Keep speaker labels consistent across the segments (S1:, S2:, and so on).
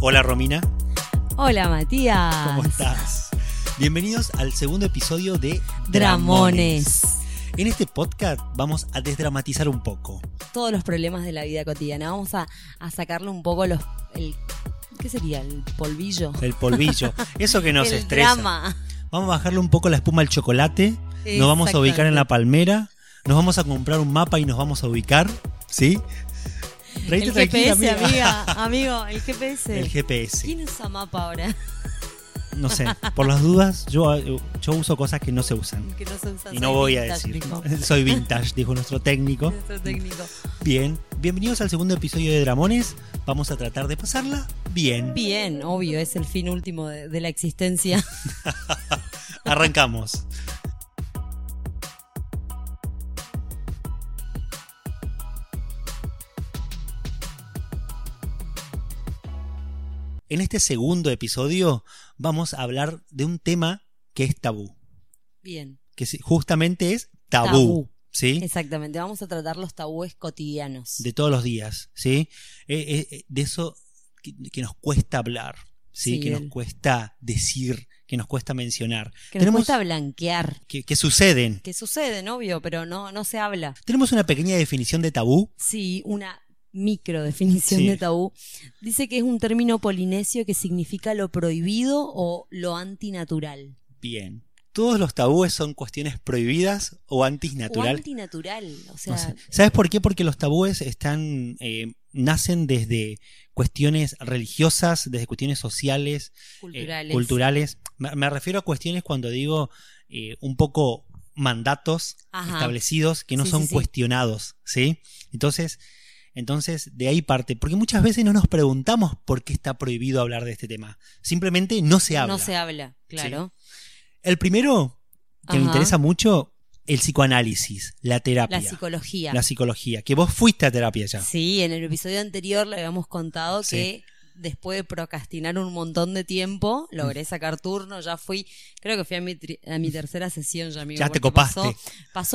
S1: Hola Romina,
S2: Hola Matías.
S1: ¿cómo estás? Bienvenidos al segundo episodio de
S2: Dramones.
S1: En este podcast vamos a desdramatizar un poco.
S2: Todos los problemas de la vida cotidiana. Vamos a, a sacarle un poco los. El, ¿Qué sería? El polvillo.
S1: El polvillo, eso que nos
S2: el
S1: estresa.
S2: drama.
S1: Vamos a bajarle un poco la espuma al chocolate, nos vamos a ubicar en la palmera, nos vamos a comprar un mapa y nos vamos a ubicar, ¿sí? Reíte
S2: El
S1: tranquila,
S2: GPS, amiga. Amigo, el GPS.
S1: El GPS.
S2: ¿Quién usa mapa ahora?
S1: No sé, por las dudas yo, yo uso cosas que no se usan.
S2: Que no se usa
S1: Y no
S2: soy
S1: voy a
S2: vintage,
S1: decir.
S2: dijo
S1: Soy vintage, dijo nuestro técnico.
S2: Nuestro técnico.
S1: Bien, bienvenidos al segundo episodio de Dramones. Vamos a tratar de pasarla bien.
S2: Bien, obvio, es el fin último de, de la existencia.
S1: Arrancamos. En este segundo episodio vamos a hablar de un tema que es tabú,
S2: Bien,
S1: que es- justamente es tabú,
S2: Tabú.
S1: ¿sí?
S2: exactamente. Vamos a tratar los tabúes cotidianos.
S1: de todos los días, ¿sí? Eh, eh, eh, de eso que, que nos cuesta hablar, ¿sí?
S2: Sí,
S1: que nos
S2: el-
S1: cuesta decir, que nos cuesta mencionar.
S2: que
S1: tenemos-
S2: nos cuesta blanquear.
S1: Que, que suceden.
S2: Que suceden, obvio, pero no, no se habla.
S1: Tenemos una pequeña definición de tabú.
S2: Sí, una micro definición
S1: Sí.
S2: de tabú. Dice que es un término polinesio que significa lo prohibido o lo antinatural.
S1: Bien. Todos los tabúes son cuestiones prohibidas o
S2: O
S1: antinatural.
S2: antinatural. O sea,
S1: No sé. ¿Sabes por qué? Porque los tabúes están eh, nacen desde cuestiones religiosas, desde cuestiones sociales, eh,
S2: culturales.
S1: culturales. Me, me refiero a cuestiones cuando digo eh, un poco mandatos
S2: Ajá.
S1: establecidos que no
S2: Sí,
S1: son
S2: sí, sí.
S1: cuestionados, ¿sí? Entonces, entonces de ahí parte, porque muchas veces no nos preguntamos por qué está prohibido hablar de este tema. Simplemente no se habla.
S2: No se habla, claro.
S1: El primero que me
S2: Ajá.
S1: interesa mucho el psicoanálisis, la terapia,
S2: La psicología.
S1: la psicología, que vos fuiste a terapia ya.
S2: Sí, en el episodio anterior le habíamos contado
S1: Sí.
S2: que después de procrastinar un montón de tiempo,
S1: Mm.
S2: logré sacar turno, ya fui, creo que fui a mi, tri- a mi tercera sesión ya, amigo.
S1: Ya te
S2: porque
S1: copaste.
S2: Pasó,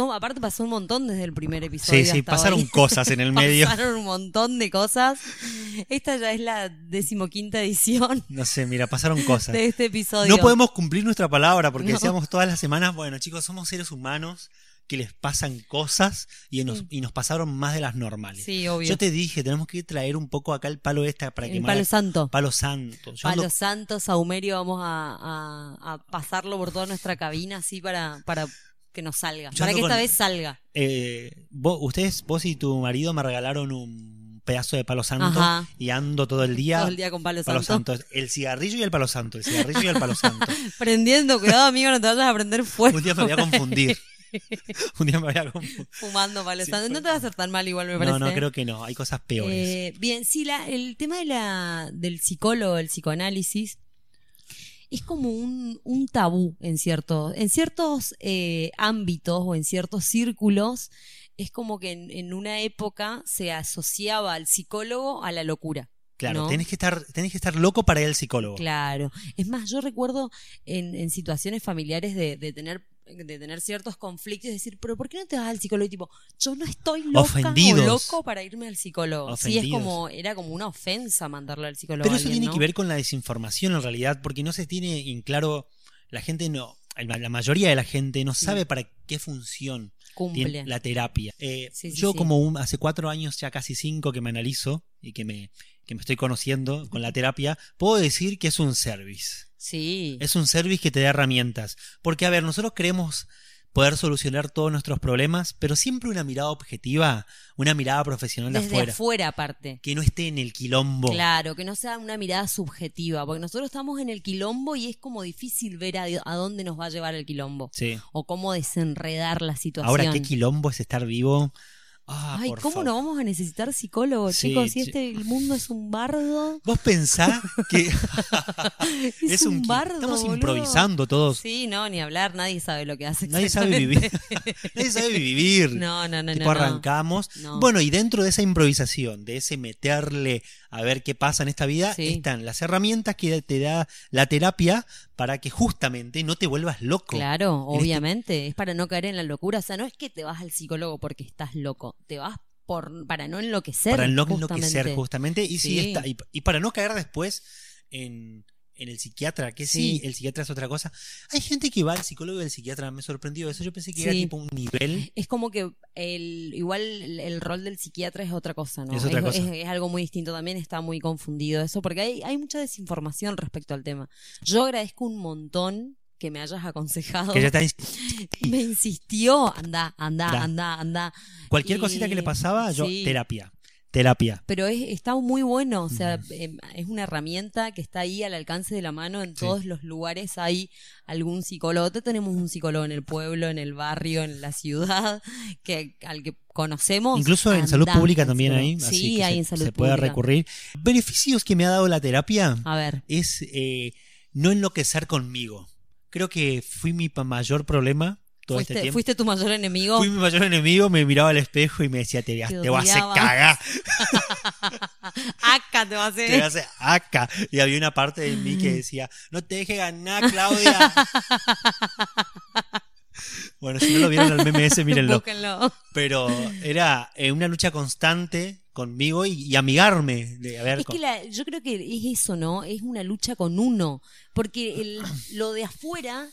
S2: pasó- aparte pasó un montón desde el primer episodio.
S1: Sí, sí,
S2: hasta
S1: pasaron
S2: hoy.
S1: cosas en el medio.
S2: Pasaron un montón de cosas. Esta ya es la decimoquinta edición
S1: No sé, mira, pasaron cosas.
S2: de este episodio.
S1: No podemos cumplir nuestra palabra porque
S2: No.
S1: decíamos todas las semanas, bueno chicos, somos seres humanos que les pasan cosas y nos, y nos pasaron más de las normales.
S2: Sí, obvio.
S1: Yo te dije, tenemos que traer un poco acá el palo esta para que
S2: El palo santo.
S1: palo santo. Yo
S2: Palo
S1: ando-
S2: Santo, Saumerio, vamos a, a- a pasarlo por toda nuestra cabina así para, para que nos salga.
S1: Yo
S2: para
S1: ando
S2: que esta
S1: con-
S2: vez salga.
S1: eh, vos- ustedes, vos y tu marido me regalaron un pedazo de palo santo
S2: Ajá.
S1: y ando todo el día.
S2: Todo el día con Palo,
S1: Palo
S2: Santo.
S1: santo. El cigarrillo y el palo santo. El cigarrillo y el palo santo.
S2: Prendiendo, cuidado amigo, no te vayas a prender fuego.
S1: Un día me voy a confundir. Un día me voy a confundir.
S2: Fumando Palo
S1: Sí,
S2: Santo.
S1: fue-
S2: No te va a hacer tan mal igual, me
S1: No,
S2: parece.
S1: no, creo que no. Hay cosas peores.
S2: Eh, bien, sí, la- el tema de la, del psicólogo, el psicoanálisis, es como un, un tabú en, cierto, en ciertos eh, ámbitos o en ciertos círculos. Es como que en, en una época se asociaba al psicólogo a la locura.
S1: Claro,
S2: ¿no?
S1: tenés, que estar, tenés que estar loco para ir al psicólogo.
S2: Claro. Es más, yo recuerdo en, en situaciones familiares de, de tener de tener ciertos conflictos y decir, pero ¿por qué no te vas al psicólogo? Y tipo, yo no estoy loca
S1: Ofendidos.
S2: o loco para irme al psicólogo. Sí, es
S1: Ofendidos.
S2: como, era como una ofensa mandarlo al psicólogo.
S1: Pero
S2: a
S1: eso
S2: alguien,
S1: tiene
S2: ¿no?
S1: que ver con la desinformación en realidad, porque no se tiene en claro, la gente no, la mayoría de la gente no
S2: Sí.
S1: sabe para qué función
S2: Cumple.
S1: tiene la terapia. Eh,
S2: Sí, sí,
S1: yo
S2: sí.
S1: como un- hace cuatro años, ya casi cinco, que me analizo y que me, que me estoy conociendo con la terapia, puedo decir que es un service.
S2: Sí.
S1: Es un service que te da herramientas. Porque, a ver, nosotros queremos poder solucionar todos nuestros problemas, pero siempre una mirada objetiva, una mirada profesional de
S2: Desde
S1: afuera.
S2: afuera. aparte.
S1: que no esté en el quilombo.
S2: Claro, que no sea una mirada subjetiva, porque nosotros estamos en el quilombo y es como difícil ver a, a dónde nos va a llevar el quilombo
S1: Sí.
S2: o cómo desenredar la situación.
S1: Ahora, qué quilombo es estar vivo. Ah,
S2: Ay,
S1: por
S2: ¿cómo
S1: favor.
S2: no vamos a necesitar psicólogos,
S1: Sí,
S2: chicos? Si
S1: sí.
S2: este el mundo es un bardo.
S1: Vos pensás que
S2: Es,
S1: es un,
S2: un
S1: qui-
S2: bardo.
S1: Estamos
S2: boludo.
S1: improvisando todos.
S2: Sí, no, ni hablar, nadie sabe lo que hace.
S1: Nadie sabe vivir. Nadie sabe vivir.
S2: No, no, no,
S1: tipo,
S2: no. no.
S1: arrancamos.
S2: No.
S1: Bueno, y dentro de esa improvisación, de ese meterle a ver qué pasa en esta vida,
S2: Sí.
S1: están las herramientas que te da la terapia para que justamente no te vuelvas loco.
S2: Claro,
S1: En este-
S2: obviamente, es para no caer en la locura. O sea, no es que te vas al psicólogo porque estás loco, te vas por, para no enloquecer.
S1: para no
S2: justamente.
S1: enloquecer justamente y, si
S2: Sí.
S1: está, y, y para no caer después en, en el psiquiatra, que sí.
S2: Sí.
S1: el psiquiatra es otra cosa. Hay gente que va al psicólogo y al psiquiatra, me sorprendió eso, yo pensé que era
S2: Sí.
S1: tipo un nivel.
S2: Es como que el, igual el, el rol del psiquiatra es otra cosa, ¿no?
S1: Es otra cosa.
S2: es algo muy distinto también, está muy confundido eso, porque hay, hay mucha desinformación respecto al tema. Yo agradezco un montón que me hayas aconsejado.
S1: Que ya está,
S2: Me insistió, anda,
S1: Da.
S2: anda, anda, anda.
S1: cualquier
S2: Y-
S1: cosita que le pasaba, yo,
S2: sí.
S1: terapia, terapia.
S2: Pero es, está muy bueno, o sea, em, es una herramienta que está ahí al alcance de la mano en
S1: Sí.
S2: todos los lugares. Hay algún psicólogo, Te- tenemos un psicólogo en el pueblo, en el barrio, en la ciudad, que al que conocemos.
S1: Incluso en salud
S2: Andá
S1: pública
S2: al
S1: también hay,
S2: psicólogo.
S1: así
S2: Sí,
S1: que
S2: hay
S1: se,
S2: en salud
S1: se puede
S2: pública. Ah.
S1: recurrir. Beneficios que me ha dado la terapia
S2: A ver,
S1: es eh, no enloquecer conmigo. Creo que fui mi pa- mayor problema todo
S2: fuiste,
S1: este tiempo.
S2: fuiste tu mayor enemigo.
S1: Fui mi mayor enemigo, me miraba al espejo y me decía, te, te voy a hacer
S2: odiaba.
S1: cagar,
S2: Acá te va a hacer.
S1: te voy a hacer acá. Y había una parte de mí
S2: Mm.
S1: que decía, no te dejes ganar, Claudia. bueno, si no lo vieron al meme ese, mírenlo.
S2: Búsquenlo.
S1: Pero era eh, una lucha constante conmigo y, y amigarme. De, a ver,
S2: Es
S1: con-
S2: que la- yo creo que es eso, ¿no? Es una lucha con uno. Porque el- lo de afuera,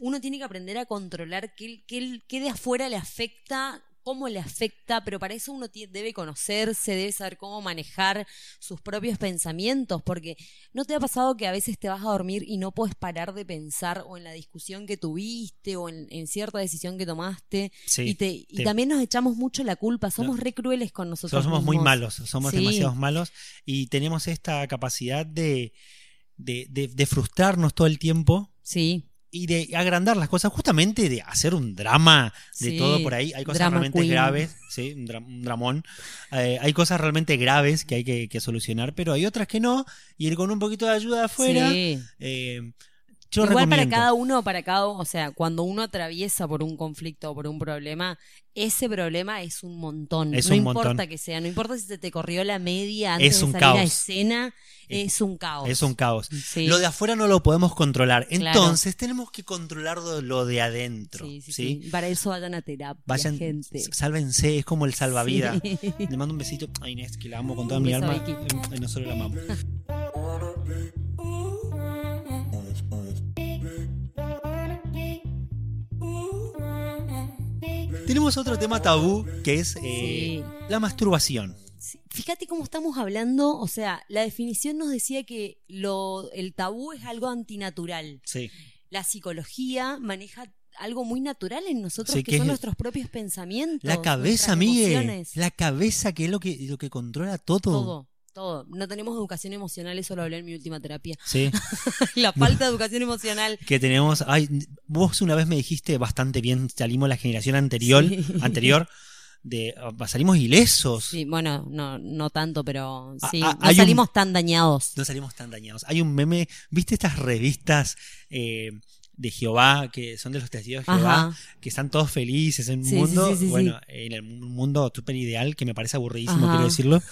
S2: uno tiene que aprender a controlar qué, qué- qué de afuera le afecta, cómo le afecta, pero para eso uno tie- debe conocerse, debe saber cómo manejar sus propios pensamientos. Porque ¿no te ha pasado que a veces te vas a dormir y no puedes parar de pensar o en la discusión que tuviste o en, en cierta decisión que tomaste?
S1: sí.
S2: y, te- y
S1: te-
S2: también nos echamos mucho la culpa, somos re crueles con nosotros.
S1: somos muy
S2: mismos.
S1: malos, somos
S2: Sí.
S1: demasiados malos y tenemos esta capacidad de, de, de- de frustrarnos todo el tiempo
S2: Sí.
S1: y de agrandar las cosas, justamente de hacer un drama de
S2: Sí,
S1: todo por ahí. Hay cosas
S2: drama
S1: realmente
S2: queen.
S1: graves, sí, un, dra- un dramón. Eh, hay cosas realmente graves que hay que, que solucionar, pero hay otras que no y ir con un poquito de ayuda de afuera.
S2: Sí.
S1: eh, yo
S2: Igual para
S1: recomiendo.
S2: cada uno, para cada o sea, cuando uno atraviesa por un conflicto o por un problema, ese problema es un montón.
S1: Es
S2: no
S1: un
S2: importa
S1: montón.
S2: que sea, no importa si se te corrió la media antes
S1: Es un
S2: de salir
S1: caos.
S2: a escena,
S1: Es-
S2: es un caos.
S1: Es un caos.
S2: Sí.
S1: Lo de afuera no lo podemos controlar.
S2: Claro.
S1: Entonces tenemos que controlar lo- lo de adentro.
S2: Sí, sí,
S1: ¿sí?
S2: sí. Para eso vayan a terapia,
S1: Vayan,
S2: gente.
S1: s- sálvense, es como el salvavidas.
S2: Sí.
S1: Le mando un besito a Inés, que la amo con toda
S2: Un
S1: mi
S2: beso,
S1: alma.
S2: Vicky.
S1: Y nosotros la amamos. Tenemos otro tema tabú que es eh,
S2: Sí.
S1: la masturbación.
S2: Sí. Fíjate cómo estamos hablando, o sea, la definición nos decía que lo, el tabú es algo antinatural.
S1: Sí.
S2: La psicología maneja algo muy natural en nosotros
S1: Sí,
S2: que,
S1: que
S2: son
S1: es-
S2: nuestros propios pensamientos.
S1: La cabeza,
S2: nuestras
S1: Miguel.
S2: emociones.
S1: La cabeza que es lo que, lo que controla todo.
S2: Todo, todo. No tenemos educación emocional, eso lo hablé en mi última terapia.
S1: Sí.
S2: la falta de educación emocional.
S1: Que tenemos. Ay, vos una vez me dijiste bastante bien, salimos la generación anterior.
S2: Sí.
S1: anterior de, ah, salimos ilesos.
S2: Sí, bueno, no, no tanto, pero sí,
S1: Ah, ah,
S2: no
S1: hay un-
S2: salimos tan dañados.
S1: No salimos tan dañados. Hay un meme, ¿viste estas revistas eh, de Jehová, que son de los testigos de Jehová,
S2: Ajá,
S1: que están todos felices en un
S2: Sí, sí,
S1: mundo,
S2: sí, sí, sí.
S1: bueno, en el mu- un mundo súper ideal, que me parece aburridísimo,
S2: Ajá.
S1: quiero decirlo.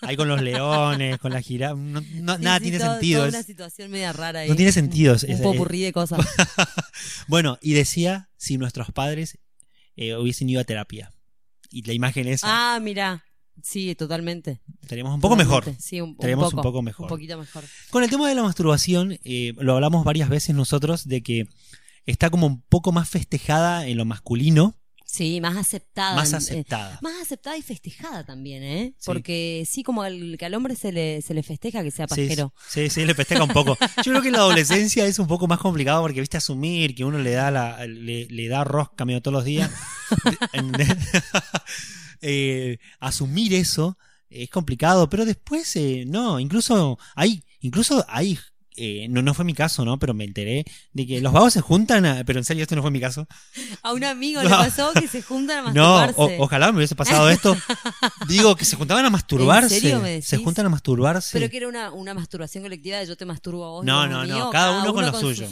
S1: Ahí con los leones, con la gira, no- no-
S2: Sí,
S1: ah, nada
S2: sí,
S1: tiene
S2: todo-
S1: sentido.
S2: toda
S1: es-
S2: una situación media rara ahí.
S1: no tiene sentido. es-
S2: Un
S1: es-
S2: popurrí de cosas.
S1: bueno, y decía, si nuestros padres eh, hubiesen ido a terapia. Y la imagen es,
S2: ah, mira. Sí, totalmente.
S1: estaríamos un poco mejor.
S2: Totalmente. Sí, un, un
S1: Estaríamos
S2: poco,
S1: un poco mejor.
S2: Un poquito mejor.
S1: Con el tema de la masturbación, eh, lo hablamos varias veces nosotros de que está como un poco más festejada en lo masculino,
S2: Sí, más aceptada.
S1: más
S2: en- eh,
S1: aceptada.
S2: más aceptada y festejada también, ¿eh?
S1: Sí.
S2: Porque sí, como al, que al hombre se le, se le festeja que sea
S1: Sí,
S2: pajero.
S1: sí, sí, le festeja un poco. Yo creo que en la adolescencia es un poco más complicado porque viste asumir que uno le da la, le, le da rosca medio todos los días. ¿Entendés? Eh, asumir eso es complicado, pero después eh, no, incluso hay, incluso hay, eh, no, no fue mi caso, ¿no? Pero me enteré de que los vagos se juntan, a- pero en serio esto no fue mi caso.
S2: A un amigo le
S1: No.
S2: pasó que se juntan a
S1: No,
S2: masturbarse.
S1: o- ojalá me hubiese pasado esto. Digo que se juntaban a masturbarse.
S2: ¿En serio me decís?
S1: Se juntan a masturbarse.
S2: Pero que era una, una masturbación colectiva de yo te masturbo a vos. y
S1: No,
S2: vos a
S1: no,
S2: mí,
S1: no,
S2: o
S1: cada uno con lo
S2: su-
S1: suyo.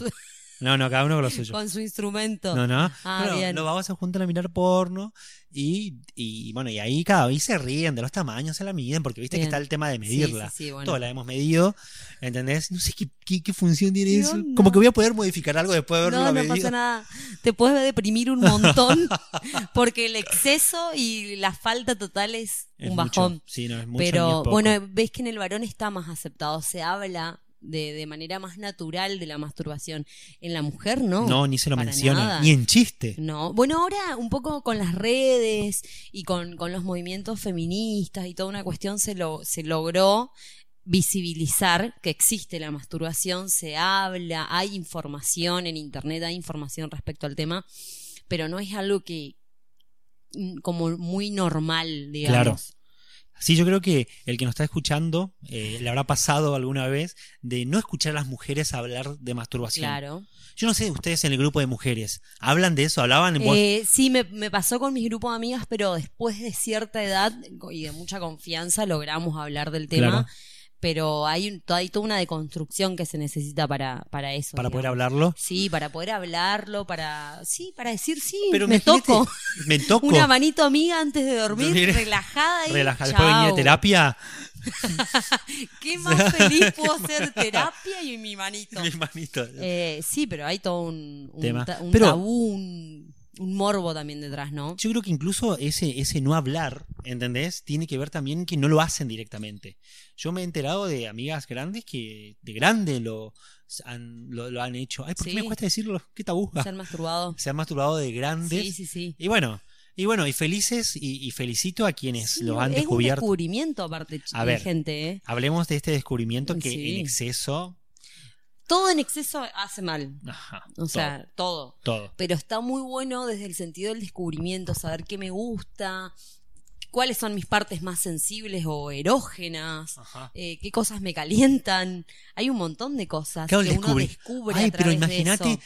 S1: No, no, cada uno con lo suyo.
S2: con su instrumento.
S1: No, no.
S2: Ah,
S1: no, no,
S2: bien.
S1: Los vagos se juntan a mirar porno y, y bueno, y ahí cada vez se ríen de los tamaños, se la miden, porque viste
S2: Bien.
S1: que está el tema de
S2: Sí,
S1: medirla.
S2: sí, sí, bueno.
S1: Todos la hemos medido, ¿entendés? No sé qué, qué- qué función tiene
S2: ¿Qué
S1: eso.
S2: onda?
S1: Como que voy a poder modificar algo después de haberlo
S2: No, no
S1: medido.
S2: pasa nada. Te puedes deprimir un montón porque el exceso y la falta total es,
S1: Es
S2: un
S1: mucho.
S2: bajón.
S1: Sí, no, es mucho y es
S2: Pero
S1: poco.
S2: bueno, ves que en el varón está más aceptado, se habla de, de manera más natural de la masturbación. En la mujer no.
S1: no, ni se lo
S2: para
S1: menciona,
S2: nada.
S1: ni en chiste.
S2: No. Bueno, ahora un poco con las redes y con, con los movimientos feministas y toda una cuestión se, lo, se logró visibilizar que existe la masturbación, se habla, hay información en internet, hay información respecto al tema, pero no es algo que mm, como muy normal, digamos.
S1: Claro. Sí, yo creo que el que nos está escuchando eh, le habrá pasado alguna vez de no escuchar a las mujeres hablar de masturbación.
S2: Claro.
S1: Yo no sé, ustedes en el grupo de mujeres, ¿hablan de eso? ¿Hablaban en voz?
S2: Eh, sí, me, me pasó con mis grupos de amigas, pero después de cierta edad y de mucha confianza logramos hablar del tema.
S1: Claro.
S2: Pero hay, un, hay toda una deconstrucción que se necesita para, para eso.
S1: para poder
S2: digamos.
S1: hablarlo?
S2: Sí, para poder hablarlo, para sí, para decir sí,
S1: Pero
S2: me
S1: imagínate,
S2: toco.
S1: Me toco.
S2: Una manito amiga antes de dormir,
S1: Mire,
S2: relajada y
S1: Relajada.
S2: chao.
S1: Después venía terapia.
S2: Qué más feliz puedo ser terapia y mi manito.
S1: Mi manito.
S2: Eh, sí, pero hay todo un, un
S1: Tema.
S2: ta- un
S1: Pero-
S2: tabú, un, un morbo también detrás, ¿no?
S1: Yo creo que incluso ese, ese no hablar, ¿entendés? Tiene que ver también que no lo hacen directamente. Yo me he enterado de amigas grandes que de grande lo han, lo, lo han hecho. Ay, ¿por qué
S2: Sí.
S1: me cuesta decirlo? ¿Qué tabú?
S2: Ser masturbado.
S1: Se han masturbado de grandes.
S2: Sí, sí, sí.
S1: Y bueno, y bueno, y felices y, y felicito a quienes
S2: Sí,
S1: lo han
S2: es
S1: descubierto.
S2: un descubrimiento aparte ch-
S1: A
S2: de
S1: ver.
S2: gente, ¿eh?
S1: Hablemos de este descubrimiento que
S2: Sí.
S1: en exceso.
S2: Todo en exceso hace mal,
S1: Ajá,
S2: o sea, todo.
S1: todo.
S2: Pero está muy bueno desde el sentido del descubrimiento, saber qué me gusta, cuáles son mis partes más sensibles o erógenas,
S1: Ajá.
S2: eh, qué cosas me calientan. Hay un montón de cosas
S1: Claro,
S2: que
S1: el
S2: uno
S1: descubri-
S2: descubre
S1: Ay,
S2: a
S1: pero
S2: través de
S1: imagínate,
S2: eso.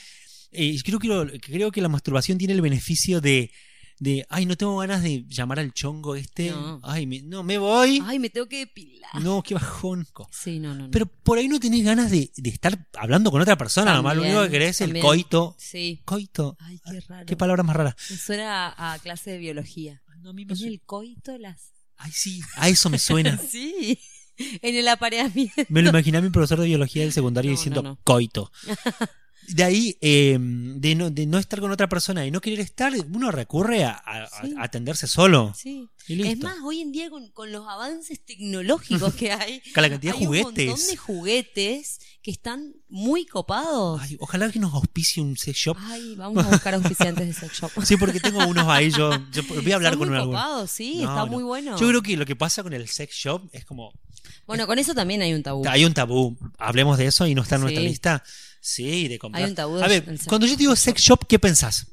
S1: eh, creo, que lo- creo que la masturbación tiene el beneficio de, de, ay, no tengo ganas de llamar al chongo este,
S2: No.
S1: ay, me- no, me voy,
S2: Ay, me tengo que depilar.
S1: no, qué bajón. co.
S2: Sí, no, no, no.
S1: Pero por ahí no tenés ganas de, de estar hablando con otra persona, nomás lo
S2: También,
S1: único que querés es el
S2: también.
S1: coito.
S2: sí.
S1: Coito,
S2: Ay, qué raro.
S1: Ah, qué palabra más rara.
S2: me suena a, a clase de biología.
S1: No, a mí me
S2: ¿Es
S1: su-
S2: el coito las
S1: Ay, sí, a eso me suena.
S2: Sí, en el apareamiento.
S1: Me lo imaginé a mi profesor de biología del secundario
S2: No,
S1: diciendo
S2: no, no.
S1: coito. De ahí, eh, de, no, de no estar con otra persona y no querer estar, uno recurre a, a- a-
S2: Sí.
S1: a atenderse solo.
S2: Sí.
S1: Y
S2: Es
S1: listo.
S2: más, hoy en día con, con los avances tecnológicos que hay,
S1: Con la cantidad
S2: hay
S1: de
S2: un montón de
S1: juguetes.
S2: juguetes que están muy copados.
S1: Ay, ojalá que nos auspicie un sex shop.
S2: Ay, vamos a buscar auspiciantes de sex shop.
S1: Sí, porque tengo unos ahí. Yo, yo voy a hablar
S2: Son
S1: con
S2: muy
S1: uno. alguno.
S2: copados, sí,
S1: No,
S2: está
S1: no.
S2: muy bueno.
S1: Yo creo que lo que pasa con el sex shop es como.
S2: Bueno, con eso también hay un tabú.
S1: Hay un tabú. Hablemos de eso y no está en nuestra
S2: Sí.
S1: lista. Sí, de comprar.
S2: Hay un tabú
S1: a ver,
S2: del sex-
S1: cuando yo te digo sex shop, ¿qué pensás?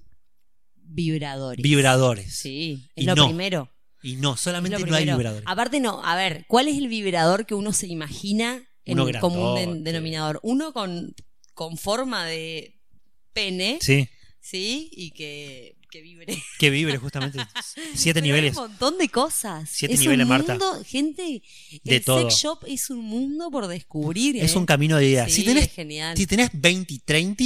S2: Vibradores.
S1: Vibradores.
S2: Sí, es
S1: Y
S2: lo
S1: no,
S2: primero.
S1: Y no,
S2: es lo
S1: solamente no hay
S2: primero.
S1: vibradores.
S2: Aparte no, a ver, ¿cuál es el vibrador que uno se imagina en
S1: Uno
S2: el común de-
S1: grandote.
S2: denominador? Uno con, con forma de pene, ¿sí?
S1: Sí,
S2: Y que, que vibre.
S1: que vibre justamente. Siete
S2: Pero
S1: niveles.
S2: Hay un montón de cosas.
S1: Siete
S2: es
S1: niveles,
S2: un
S1: Marta.
S2: mundo, gente,
S1: De
S2: el
S1: todo.
S2: sex shop es un mundo por descubrir.
S1: Es
S2: ¿eh?
S1: un camino de ideas.
S2: Sí,
S1: si, tenés,
S2: es genial.
S1: si tenés 20 y 30,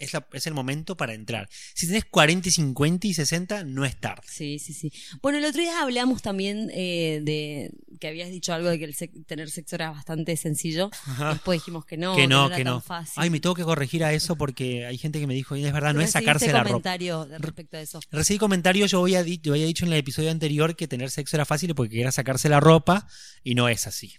S1: es, la- es el momento para entrar. Si tenés 40 y 50 y 60, no es tarde.
S2: Sí, sí, sí. Bueno, el otro día hablamos también eh, de que habías dicho algo de que el sex- tener sexo era bastante sencillo. Después dijimos que no,
S1: que no,
S2: era
S1: que
S2: tan
S1: no.
S2: fácil.
S1: Ay, me tengo que corregir a eso porque hay gente que me dijo, es verdad, no es
S2: Recibiste
S1: sacarse la ropa.
S2: comentario de respecto a eso.
S1: Recibí comentarios, yo había, di- yo había dicho en el episodio anterior que tener sexo era fácil porque era sacarse la ropa y no es así.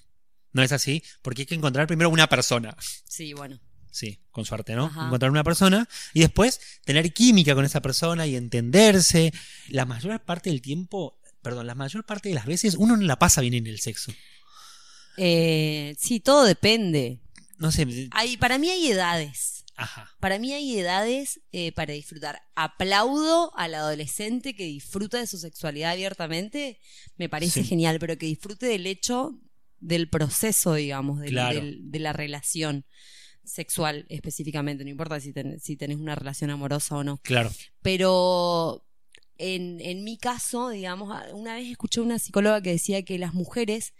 S1: No es así porque hay que encontrar primero una persona.
S2: Sí, bueno.
S1: Sí, con suerte, ¿no?
S2: Ajá.
S1: Encontrar una persona y después tener química con esa persona y entenderse. La mayor parte del tiempo, perdón, la mayor parte de las veces uno no la pasa bien en el sexo.
S2: Eh, sí, todo depende.
S1: No sé,
S2: Hay, para mí hay edades.
S1: ajá.
S2: Para mí hay edades eh, para disfrutar. Aplaudo al adolescente que disfruta de su sexualidad abiertamente. Me parece
S1: Sí.
S2: genial, pero que disfrute del hecho, del proceso, digamos, del-
S1: Claro.
S2: del- de la relación sexual específicamente. No importa si, ten- si tenés una relación amorosa o no.
S1: Claro.
S2: Pero en, en mi caso, digamos, a- una vez escuché una psicóloga que decía que las mujeres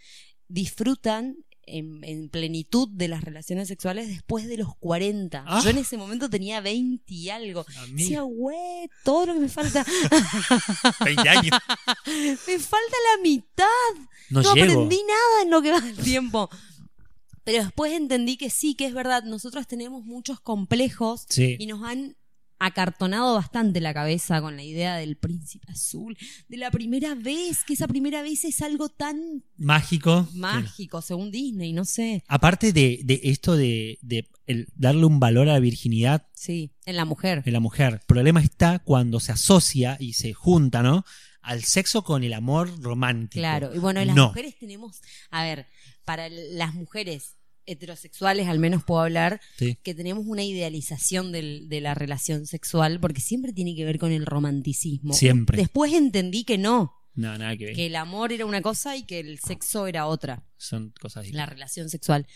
S2: disfrutan en, en plenitud de las relaciones sexuales después de los 40.
S1: Ah.
S2: Yo en ese momento tenía 20 y algo.
S1: A mí,
S2: Decía, güey, todo lo que me falta.
S1: 20 años.
S2: me falta la mitad.
S1: No,
S2: No
S1: llego.
S2: aprendí nada en lo que va el tiempo. Pero después entendí que sí, que es verdad. Nosotros tenemos muchos complejos
S1: Sí.
S2: y nos han acartonado bastante la cabeza con la idea del príncipe azul, de la primera vez, que esa primera vez es algo tan
S1: Mágico. Que-
S2: mágico, según Disney, no sé.
S1: Aparte de, de esto de, de el darle un valor a la virginidad
S2: Sí, en la mujer.
S1: de la mujer, el problema está cuando se asocia y se junta, ¿no? Al sexo con el amor romántico.
S2: Claro, y bueno, las
S1: No.
S2: mujeres tenemos, a ver, para l- las mujeres heterosexuales al menos puedo hablar,
S1: Sí.
S2: que tenemos una idealización del- de la relación sexual, porque siempre tiene que ver con el romanticismo.
S1: Siempre.
S2: Después entendí que no,
S1: No, nada que ver.
S2: que el amor era una cosa y que el sexo era otra,
S1: Son cosas
S2: la relación sexual.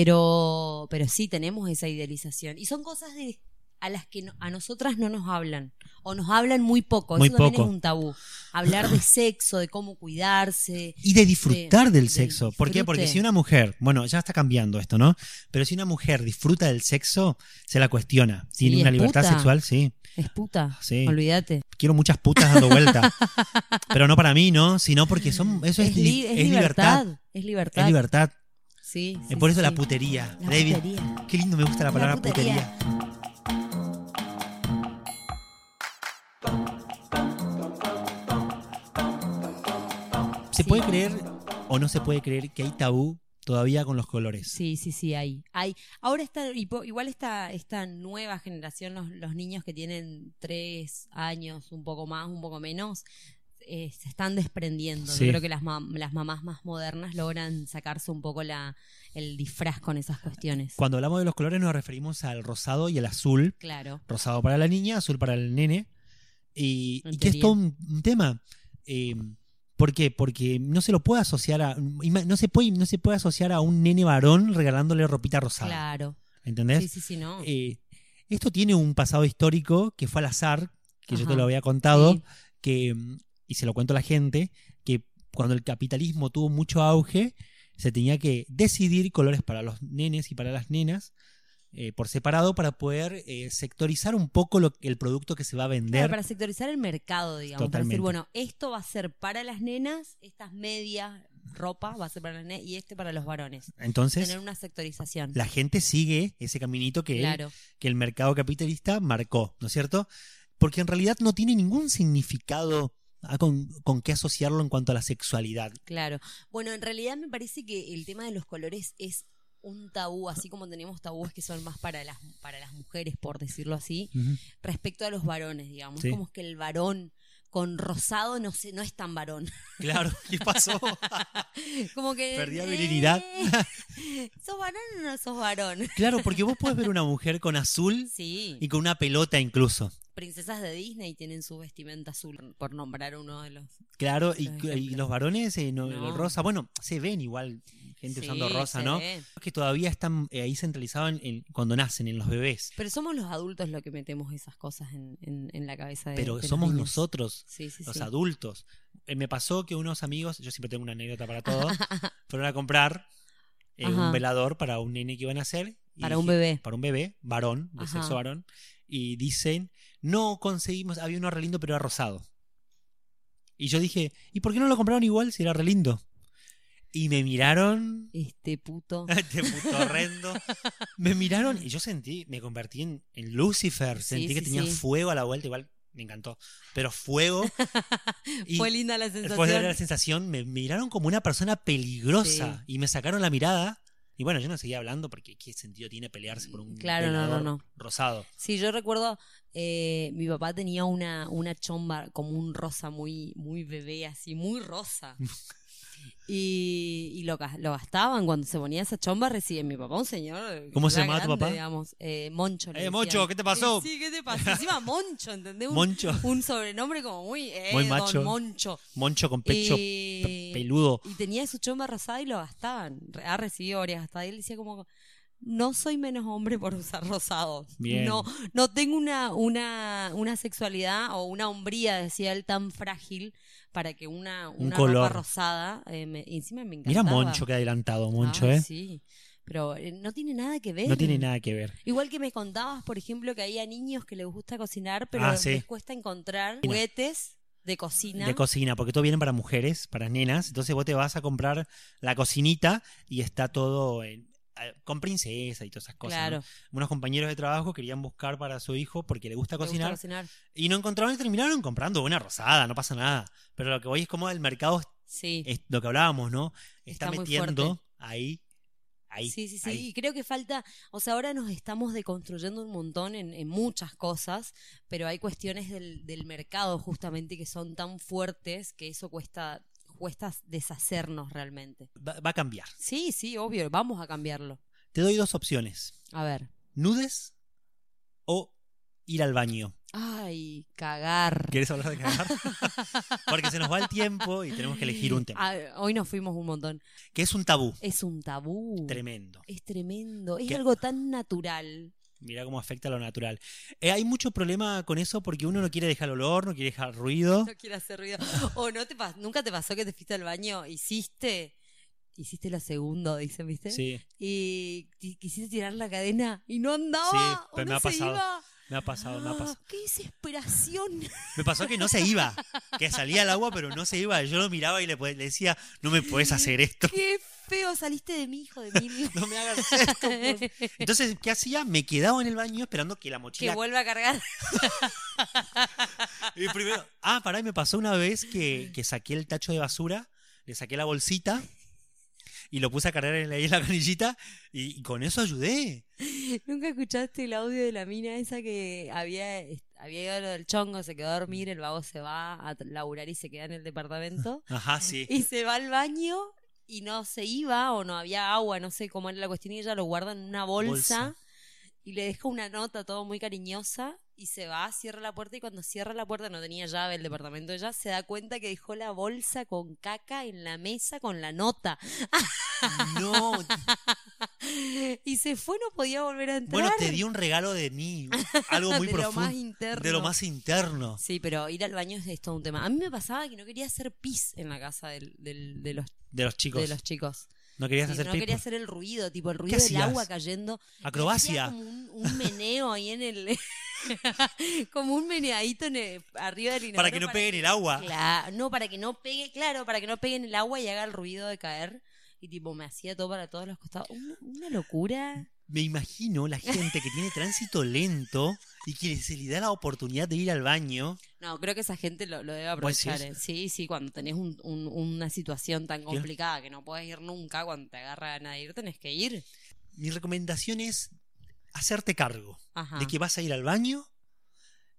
S2: Pero, pero sí tenemos esa idealización. Y son cosas de a las que no- a nosotras no nos hablan o nos hablan muy poco,
S1: Muy
S2: eso también
S1: poco.
S2: es un tabú. Hablar de sexo, de cómo cuidarse,
S1: Y de disfrutar del
S2: del
S1: sexo. ¿Por qué? Porque
S2: disfrute.
S1: si una mujer, bueno, ya está cambiando esto, ¿no? Pero si una mujer disfruta del sexo, se la cuestiona.
S2: Sí,
S1: Tiene una
S2: es
S1: libertad
S2: puta.
S1: sexual, sí.
S2: Es puta.
S1: Sí.
S2: Olvídate.
S1: Quiero muchas putas dando vuelta. Pero no para mí, ¿no? Sino porque son, eso es, li-
S2: li-
S1: es libertad.
S2: Es
S1: Es
S2: libertad.
S1: libertad.
S2: Sí,
S1: Eh,
S2: sí,
S1: Por eso
S2: sí.
S1: la putería.
S2: La
S1: David,
S2: putería.
S1: Qué lindo me gusta la palabra putería. ¿Se
S2: Sí.
S1: puede creer o no se puede creer que hay tabú todavía con los colores?
S2: Sí, sí, sí, hay. hay. Ahora está, y po- igual está esta nueva generación, los, los niños que tienen tres años, un poco más, un poco menos, eh, se están desprendiendo.
S1: Sí.
S2: Yo creo que las, mam- las mamás más modernas logran sacarse un poco la, el disfraz con esas cuestiones.
S1: Cuando hablamos de los colores nos referimos al rosado y al azul.
S2: Claro.
S1: Rosado para la niña, azul para el nene. Y,
S2: En
S1: y que es
S2: teoría.
S1: todo un, un tema. Eh, ¿Por qué? Porque no se lo puede asociar a. ima- No se puede, no se puede asociar a un nene varón regalándole ropita rosada.
S2: Claro.
S1: ¿Entendés?
S2: Sí, sí, sí, no.
S1: Eh, esto tiene un pasado histórico que fue al azar, que yo te
S2: Ajá.
S1: lo había contado,
S2: Sí.
S1: que, mm, y se lo cuento a la gente, que cuando el capitalismo tuvo mucho auge, se tenía que decidir colores para los nenes y para las nenas eh, por separado para poder eh, sectorizar un poco lo- el producto que se va a vender.
S2: Claro, para sectorizar el mercado, digamos. Para
S1: Totalmente.
S2: decir, bueno, esto va a ser para las nenas, estas medias, ropa va a ser para las nenas y este para los varones.
S1: Entonces,
S2: Tener una sectorización.
S1: la gente sigue ese caminito que, el-
S2: Claro.
S1: que el mercado capitalista marcó, ¿no es cierto? Porque en realidad no tiene ningún significado a con, con qué asociarlo en cuanto a la sexualidad.
S2: Claro. Bueno, en realidad me parece que el tema de los colores es un tabú, así como tenemos tabúes que son más para las para las mujeres, por decirlo así, respecto a los varones, digamos.
S1: Sí.
S2: Es como que el varón con rosado no sé, no es tan varón.
S1: Claro, ¿qué pasó?
S2: Como que
S1: Perdía
S2: eh,
S1: virilidad.
S2: ¿Sos varón o no sos varón?
S1: claro, porque vos podés ver una mujer con azul
S2: Sí.
S1: y con una pelota incluso.
S2: princesas de Disney tienen su vestimenta azul, por nombrar uno de los.
S1: Claro, y,
S2: Los
S1: y
S2: ejemplos.
S1: los varones, eh, no-
S2: No.
S1: el rosa, bueno, se ven igual gente
S2: Sí,
S1: usando rosa,
S2: se
S1: ¿no?
S2: ve.
S1: Que todavía están eh, ahí centralizados en, en- cuando nacen, en los bebés.
S2: Pero somos los adultos los que metemos esas cosas en, en- en la cabeza de
S1: Pero
S2: Eh, de los
S1: somos
S2: niños.
S1: nosotros,
S2: Sí, sí,
S1: los
S2: sí.
S1: adultos. Eh, me pasó que unos amigos, yo siempre tengo una anécdota para todo, fueron a comprar eh, un
S2: Ajá.
S1: velador para un nene que iban a hacer. y
S2: Para un
S1: dije-
S2: bebé.
S1: Para un bebé, varón, de
S2: Ajá.
S1: sexo varón. Y dicen, no conseguimos, había uno re lindo, pero era rosado. Y yo dije, ¿y por qué no lo compraron igual si era re lindo? Y me miraron,
S2: Este puto.
S1: este puto horrendo. Me miraron y yo sentí, me convertí en, en Lucifer.
S2: Sí,
S1: Sentí que
S2: sí,
S1: tenía
S2: sí.
S1: fuego a la vuelta, igual me encantó. Pero fuego. y-
S2: Fue linda la
S1: Después de
S2: sensación.
S1: la sensación, me miraron como una persona peligrosa y me sacaron la mirada. Y bueno, yo no seguía hablando porque qué sentido tiene pelearse por un
S2: Claro, no,
S1: velador
S2: no, no.
S1: rosado.
S2: Sí, yo recuerdo, eh, mi papá tenía una, una chomba como un rosa muy, muy bebé, así, muy rosa. Y, y lo, gas- lo gastaban cuando se ponía esa chomba, recién mi papá, un señor. eh,
S1: ¿Cómo se
S2: ya
S1: llamaba tu
S2: grande,
S1: papá?
S2: Digamos, eh, Moncho. le
S1: Eh,
S2: decían.
S1: Moncho, ¿qué te pasó?
S2: Eh, sí, ¿qué te pasó? Encima Moncho, ¿entendés? Un,
S1: Moncho,
S2: un sobrenombre como muy, eh,
S1: Muy
S2: don
S1: macho.
S2: Moncho.
S1: Moncho con pecho pe-
S2: y,
S1: peludo.
S2: y tenía su chomba rosada y lo gastaban. Re- Ha recibido varias gastadas. Y él decía como, no soy menos hombre por usar rosado.
S1: Bien.
S2: No, no tengo una, una, una sexualidad o una hombría, decía él, tan frágil para que una, una ropa
S1: color.
S2: rosada. eh, me- encima me encantaba.
S1: Mira Moncho que adelantado, Moncho,
S2: Ay,
S1: ¿eh?
S2: Sí, pero eh, no tiene nada que ver.
S1: No tiene nada que ver.
S2: Igual que me contabas, por ejemplo, que había niños que les gusta cocinar, pero
S1: Ah, sí.
S2: les cuesta encontrar juguetes de cocina.
S1: De cocina, porque todo viene para mujeres, para nenas. Entonces vos te vas a comprar la cocinita y está todo en- eh, con princesa y todas esas cosas.
S2: claro,
S1: ¿no? Unos compañeros de trabajo querían buscar para su hijo porque le gusta
S2: les gusta
S1: cocinar
S2: cocinar.
S1: y no encontraron y terminaron comprando una rosada, no pasa nada. Pero lo que voy es como el mercado,
S2: Sí.
S1: es lo que hablábamos, ¿no? Está,
S2: Está muy
S1: metiendo
S2: fuerte.
S1: ahí, ahí.
S2: Sí, sí, sí.
S1: ahí.
S2: Y creo que falta, o sea, ahora nos estamos deconstruyendo un montón en, en muchas cosas, pero hay cuestiones del, del mercado justamente que son tan fuertes que eso cuesta, cuesta deshacernos realmente.
S1: Va, va a cambiar.
S2: Sí, sí, obvio, vamos a cambiarlo.
S1: Te doy dos opciones.
S2: A ver.
S1: Nudes o ir al baño.
S2: Ay, cagar.
S1: ¿Quieres hablar de cagar? Porque se nos va el tiempo y tenemos que elegir un tema.
S2: Ah, hoy nos fuimos un montón.
S1: Que es un tabú
S2: Es un tabú.
S1: tremendo.
S2: Es tremendo. Es
S1: ¿Qué?
S2: algo tan natural.
S1: Mirá cómo afecta a lo natural. Eh, hay mucho problema con eso porque uno no quiere dejar olor, no quiere dejar ruido.
S2: No quiero hacer ruido. O no te pas- nunca te pasó que te fuiste al baño, hiciste, hiciste lo segundo, dicen, ¿viste?
S1: Sí,
S2: Y ti- quisiste tirar la cadena y no andaba.
S1: Sí, pero me
S2: ¿o no
S1: ha
S2: se
S1: pasado,
S2: iba?
S1: me ha pasado, me ha pasado.
S2: Ah, ¡Qué desesperación!
S1: Me pasó que no se iba, que salía al agua pero no se iba. Yo lo miraba y le, po- le decía, no me puedes hacer esto.
S2: ¡Qué feo! Saliste de mí, hijo de mil.
S1: No me hagas esto. por favor. Entonces, ¿qué hacía? Me quedaba en el baño esperando que la
S2: que
S1: mochila...
S2: vuelva a cargar.
S1: Y primero, ah, pará, y me pasó una vez que, que saqué el tacho de basura, le saqué la bolsita y lo puse a cargar en la, en la canillita y, y con eso ayudé.
S2: ¿Nunca escuchaste el audio de la mina esa que había, había ido a lo del chongo, se quedó a dormir, el vago se va a laburar y se queda en el departamento?
S1: Ajá, sí.
S2: y se va al baño y no se iba o no había agua, no sé cómo era la cuestión, y ella lo guarda en una bolsa,
S1: Bolsa.
S2: y le deja una nota todo muy cariñosa y se va, cierra la puerta y cuando cierra la puerta no tenía llave el departamento de ella, se da cuenta que dejó la bolsa con caca en la mesa con la nota
S1: No,
S2: y se fue, no podía volver a entrar. Ah,
S1: bueno, te di un regalo de mí, algo muy
S2: de lo más
S1: profundo,
S2: interno.
S1: de lo más interno.
S2: Sí, pero ir al baño es, es todo un tema. A mí me pasaba que no quería hacer pis en la casa del- del- de, los,
S1: De los chicos.
S2: de los chicos.
S1: No querías
S2: Sí,
S1: hacer
S2: no
S1: pis
S2: quería
S1: por-
S2: hacer el ruido, tipo el ruido del
S1: hacías?
S2: agua cayendo.
S1: Acrobacia.
S2: Hacía Como un, un meneo ahí en el. como un meneadito en el- arriba del inodoro.
S1: para que no pegue en el agua.
S2: Claro, no, para que no pegue, claro, para que no pegue en el agua y haga el ruido de caer. Y tipo, me hacía todo para todos los costados. Una, una locura.
S1: Me imagino la gente que tiene tránsito lento y que se le da la oportunidad de ir al baño.
S2: No, creo que esa gente lo, lo debe
S1: ¿Vos
S2: aprovechar.
S1: decís?
S2: ¿eh? Sí, sí, cuando tenés un- un- una situación tan
S1: Claro.
S2: complicada que no puedes ir nunca, cuando te agarra ganas de ir, tenés que ir.
S1: Mi recomendación es hacerte cargo
S2: Ajá.
S1: de que vas a ir al baño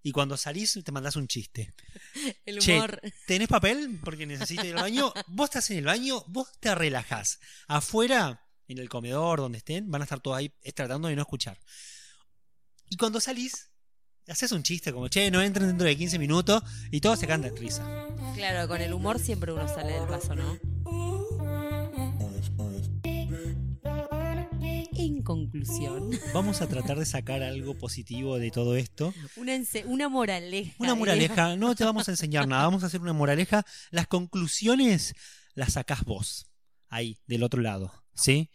S1: y cuando salís te mandás un chiste.
S2: El
S1: Che,
S2: humor.
S1: ¿Tenés papel? Porque necesito ir al baño. Vos estás en el baño, vos te relajás. Afuera, en el comedor, donde estén, van a estar todos ahí eh, tratando de no escuchar. Y cuando salís, haces un chiste como, che, no entren dentro de 15 minutos y todos se caen de risa.
S2: Claro, con el humor siempre uno sale del paso, ¿no? En conclusión,
S1: Vamos a tratar de sacar algo positivo de todo esto.
S2: una, ense- una moraleja.
S1: Una
S2: ¿eh?
S1: moraleja, no te vamos a enseñar nada, vamos a hacer una moraleja. Las conclusiones las sacás vos, ahí, del otro lado, ¿sí?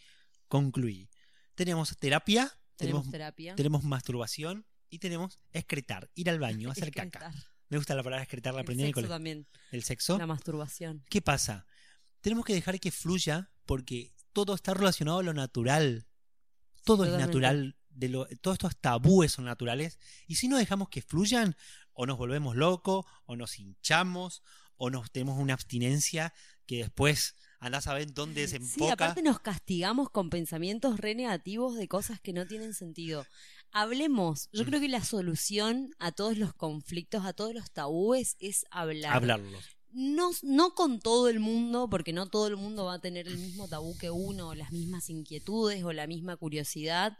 S1: Concluí. Tenemos terapia,
S2: Tenemos
S1: tenemos,
S2: terapia.
S1: tenemos masturbación y tenemos excretar, ir al baño, hacer caca.
S2: Excretar.
S1: Me gusta la palabra excretar, la
S2: El
S1: aprendí en el
S2: sexo
S1: colegio.
S2: también.
S1: El sexo.
S2: La masturbación.
S1: ¿Qué pasa? Tenemos que dejar que fluya porque todo está relacionado a lo natural. Todo es
S2: totalmente.
S1: natural, de lo- todos estos tabúes son naturales. Y si no dejamos que fluyan, o nos volvemos locos, o nos hinchamos, o nos tenemos una abstinencia que después andás a ver dónde
S2: Sí,
S1: desemboca.
S2: aparte nos castigamos con pensamientos re negativos de cosas que no tienen sentido. Hablemos. Yo
S1: Mm.
S2: creo que la solución a todos los conflictos, a todos los tabúes, es hablar.
S1: Hablarlo.
S2: no, no con todo el mundo, porque no todo el mundo va a tener el mismo tabú que uno, o las mismas inquietudes o la misma curiosidad,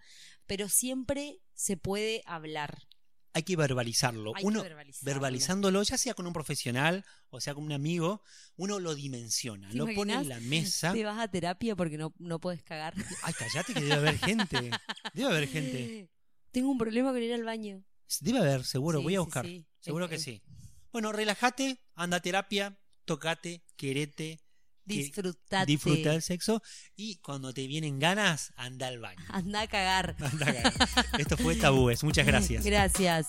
S2: pero siempre se puede hablar.
S1: hay que verbalizarlo.
S2: Hay que
S1: uno
S2: verbalizarlo.
S1: verbalizándolo, ya sea con un profesional o sea con un amigo, uno lo dimensiona,
S2: ¿Te
S1: lo pone
S2: imaginas?
S1: en la mesa.
S2: Te vas a terapia porque no, no puedes cagar.
S1: Ay, callate que debe haber gente. Debe haber gente.
S2: Tengo un problema con ir al baño.
S1: Debe haber, seguro.
S2: Sí,
S1: Voy a
S2: sí,
S1: buscar.
S2: sí. Eh,
S1: Seguro
S2: Es-
S1: que
S2: es-
S1: sí. Bueno, relájate, anda a terapia, tocate, querete, que-
S2: Disfrutate.
S1: disfruta del sexo y cuando te vienen ganas, anda al baño.
S2: Anda a cagar.
S1: Anda a cagar. Esto fue Tabúes. Muchas gracias.
S2: Gracias.